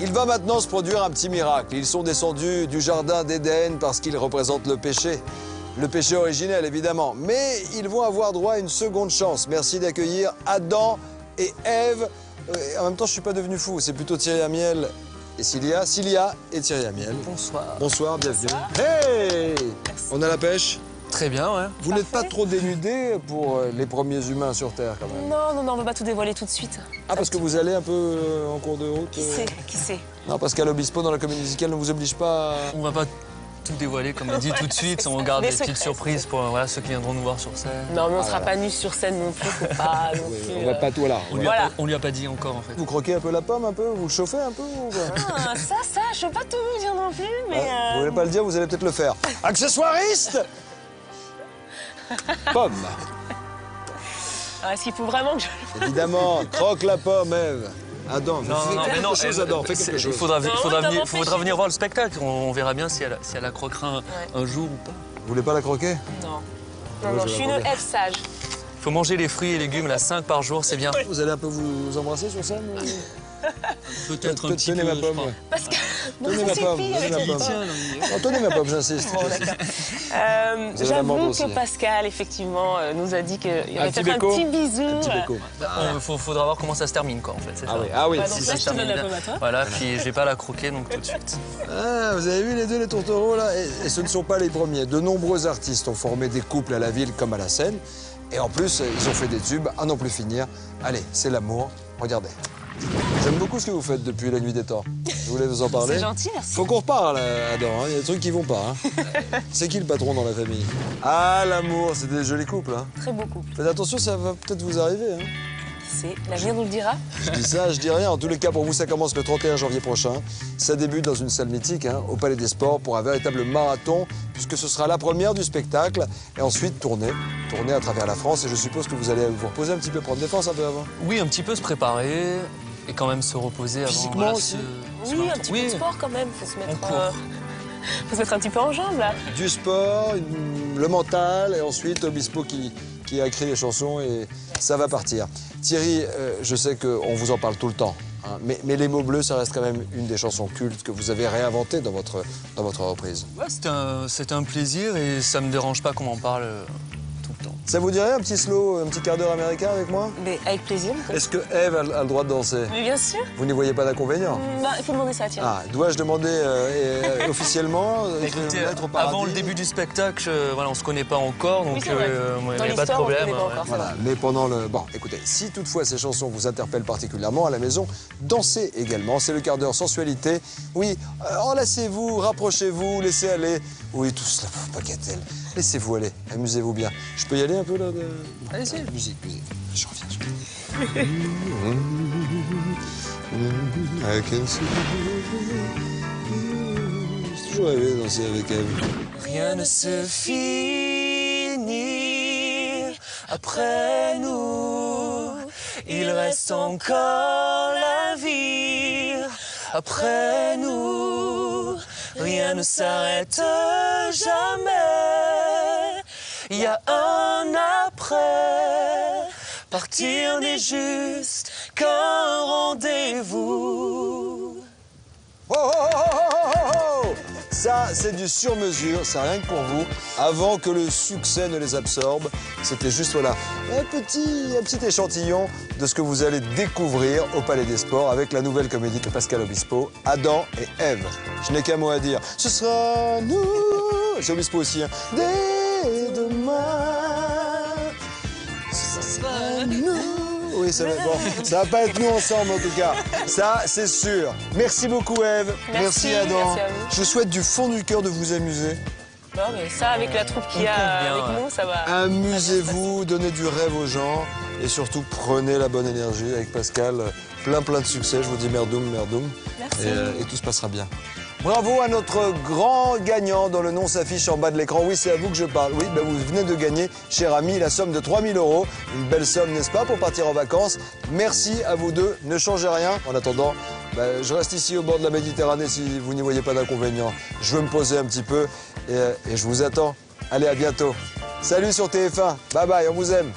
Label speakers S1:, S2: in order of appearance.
S1: Il va maintenant se produire un petit miracle. Ils sont descendus du jardin d'Éden parce qu'ils représentent le péché. Le péché originel, évidemment. Mais ils vont avoir droit à une seconde chance. Merci d'accueillir Adam et Ève. Euh, En même temps, je suis pas devenu fou. C'est plutôt Thierry Amiel et Cilia. Cilia et Thierry Amiel.
S2: Bonsoir.
S1: Bonsoir, bienvenue. Hey On a la pêche
S2: Très bien, ouais.
S1: Vous n'êtes pas
S3: Parfait.
S1: trop dénudés pour euh, les premiers humains sur Terre, quand même
S3: Non, non, non, on va pas tout dévoiler tout de suite.
S1: Ah, parce que vous allez un peu euh, en cours de route
S3: Qui
S1: euh,
S3: sait Qui sait
S1: Non, parce qu'à l'Obispo, dans la comédie musicale, ne vous oblige pas à...
S2: On va pas tout dévoiler, comme on dit, tout de suite.
S3: c'est
S2: On
S3: ça.
S2: garde
S3: Des
S2: des petites
S3: secrets,
S2: surprises pour euh, voilà, ceux qui viendront nous voir sur
S1: Ah
S2: scène.
S3: Non, mais on sera pas nus sur scène non plus. faut pas non plus,
S1: On va
S3: euh,
S1: pas tout là.
S2: On lui, a
S3: Voilà.
S2: pas, on lui a pas dit encore, en fait.
S1: Vous croquez un peu la pomme, un peu Vous le chauffez un peu ou quoi
S3: Ah, ça, ça, je peux pas tout vous dire non plus, mais.
S1: Ah, Vous
S3: euh,
S1: voulez pas le dire, vous allez peut-être le faire. Accessoiriste Pomme,
S3: ah, Est-ce qu'il faut vraiment que je.
S1: évidemment. Croque la pomme, Ève. Adam,
S2: Non, non,
S1: fais
S2: non, mais
S1: quelque
S2: non,
S1: chose,
S2: elle-
S1: Adam, fais
S2: c'est-
S1: quelque chose.
S2: Il faudra,
S3: Non,
S2: faudra
S3: t'as
S2: venir,
S3: m'empêché.
S2: faudra venir voir le spectacle. On, on verra bien si elle, si elle la croquera un, un jour ou pas.
S1: Vous voulez pas la croquer
S3: Non.
S1: Ouais,
S3: Non, non,
S1: je
S3: je suis
S1: l'aborde.
S3: une F sage.
S2: Il faut manger les fruits et légumes, là, 5 par jour, c'est bien.
S1: Vous allez un peu vous embrasser sur scène ou-
S2: Peut-être un
S1: Tenez
S2: petit peu,
S1: ma
S2: je
S1: pomme.
S2: crois. Ah,
S1: ouais.
S3: Parce que. Non,
S1: Tenez
S3: ça
S1: ma
S3: suffit
S1: pomme,
S3: avec
S1: tenez
S3: les
S1: ma
S3: potes.
S1: pomme. Non, tenez ma pomme, j'insiste.
S3: Euh,
S1: Vous avez la
S3: J'avoue
S1: mangue aussi.
S3: que Pascal, effectivement, euh, nous a dit qu'il y
S1: Un
S3: avait
S1: petit
S3: peut-être un
S1: béco.
S3: petit bisou.
S1: Un petit
S3: euh,
S1: béco.
S2: On- Bah, faut- faudra voir comment ça se termine, quoi, en fait. c'est
S1: Ah
S2: ça.
S1: oui, ah oui.
S3: bah,
S1: si,
S3: donc
S1: ça
S3: là,
S1: se
S3: je te donne la
S2: termine.
S3: pomme à toi.
S2: Voilà, puis je vais pas la croquer, donc tout de suite.
S1: Ah, vous avez vu les deux, les tourtereaux, là et, et ce ne sont pas les premiers. De nombreux artistes ont formé des couples à la ville comme à la scène. Et en plus, ils ont fait des tubes à n'en plus finir. Allez, c'est l'amour. Regardez. J'aime beaucoup ce que vous faites depuis la nuit des temps. Je voulais vous en parler.
S3: C'est gentil, merci.
S1: Faut qu'on reparle, euh, Adam. hein. Il y a des trucs qui vont pas. hein. c'est qui le patron dans la famille Ah, l'amour, c'est des jolis couples. hein.
S3: Très beau couple.
S1: Faites attention, ça va peut-être vous arriver. hein.
S3: C'est l'avenir nous le dira.
S1: Je dis ça, je dis rien. En tous les cas, pour vous, ça commence le 31 janvier prochain. Ça débute dans une salle mythique, hein, au Palais des Sports, pour un véritable marathon, puisque ce sera la première du spectacle. Et ensuite, tournée. Tournée à travers la France. Et je suppose que vous allez vous reposer un petit peu, prendre défense un peu avant.
S2: Oui, un petit peu se préparer et quand même se reposer avant.
S1: Physiquement aussi.
S2: se- se
S3: Oui, un
S2: maintenir.
S3: petit
S2: Oui,
S3: peu de sport quand même. Faut se mettre,
S2: court.
S3: euh, faut se mettre un petit peu en jambes là.
S1: Du sport, une- le mental, et ensuite Obispo qui, qui a écrit les chansons, et ça va partir. Thierry, euh, je sais qu'on vous en parle tout le temps. hein, mais, mais Les mots bleus, ça reste quand même une des chansons cultes que vous avez réinventées dans votre, dans votre reprise.
S2: Ouais, c'est un, c'est un plaisir et ça me dérange pas qu'on en parle euh, tout le temps.
S1: Ça vous dirait un petit slow, un petit quart d'heure américain avec moi
S3: Mais avec plaisir.
S1: Est-ce que Eve a, a le droit de danser
S3: Mais bien sûr.
S1: Vous n'y voyez pas d'inconvénient
S3: Bah, il faut demander ça, tiens.
S1: Ah, dois-je demander euh, et- officiellement euh, de
S2: Bah, Écoutez,
S1: me mettre au paradis
S2: avant le début du spectacle, euh, voilà, on se connaît pas encore, donc euh,
S3: c'est vrai.
S2: ouais,
S3: Dans
S2: y a pas de
S3: l'histoire, on se
S2: problème.
S3: connaît pas
S2: ouais.
S3: encore.
S1: Voilà, mais pendant le... Bon, écoutez, si toutefois ces chansons vous interpellent particulièrement à la maison, dansez également, c'est le quart d'heure sensualité. Oui, euh, enlacez-vous, rapprochez-vous, laissez aller. Oui, tout cela, pff, bagatelle. Laissez-vous aller, amusez-vous bien. Je peux y aller un peu là de... Allez-y. Musique, musique. Je reviens, je reviens. I can see. J'ai toujours rêvé de danser avec elle.
S2: Rien ne se finit après nous. Il reste encore la vie après nous. Rien ne s'arrête jamais. Il y a un après. Partir n'est juste qu'un rendez-vous.
S1: Oh, oh, oh, oh, oh, oh, oh Ça, c'est du sur-mesure, c'est rien que pour vous, avant que le succès ne les absorbe. C'était juste, voilà, un petit, un petit échantillon de ce que vous allez découvrir au Palais des Sports avec la nouvelle comédie de Pascal Obispo, Adam et Ève. Je n'ai qu'un mot à dire. Ce sera nous C'est Obispo aussi, hein. Dès demain, ce sera nous Oui, ça va, bon, ça va pas être nous ensemble, en tout cas. Ça, c'est sûr. Merci beaucoup, Eve.
S3: Merci,
S1: Adam.
S3: merci à vous.
S1: Je vous souhaite du fond du cœur de vous amuser.
S3: Non, mais Bah ça, avec la troupe qu'il y a
S2: On compte bien,
S3: avec
S2: ouais.
S3: nous, ça va.
S1: Ah, Amusez-vous, donnez du rêve aux gens et surtout prenez la bonne énergie avec Pascal. Plein plein de succès, je vous dis merdoum, merdoum.
S3: Merci.
S1: Et, euh, et tout se passera bien. Bravo à notre grand gagnant dont le nom s'affiche en bas de l'écran. Oui, c'est à vous que je parle. Oui, ben vous venez de gagner, cher ami, la somme de 3000 euros. Une belle somme, n'est-ce pas, pour partir en vacances. Merci à vous deux. Ne changez rien. En attendant, ben, je reste ici au bord de la Méditerranée si vous n'y voyez pas d'inconvénient. Je veux me poser un petit peu et, euh, et je vous attends. Allez, à bientôt. Salut sur TF1. Bye bye, on vous aime.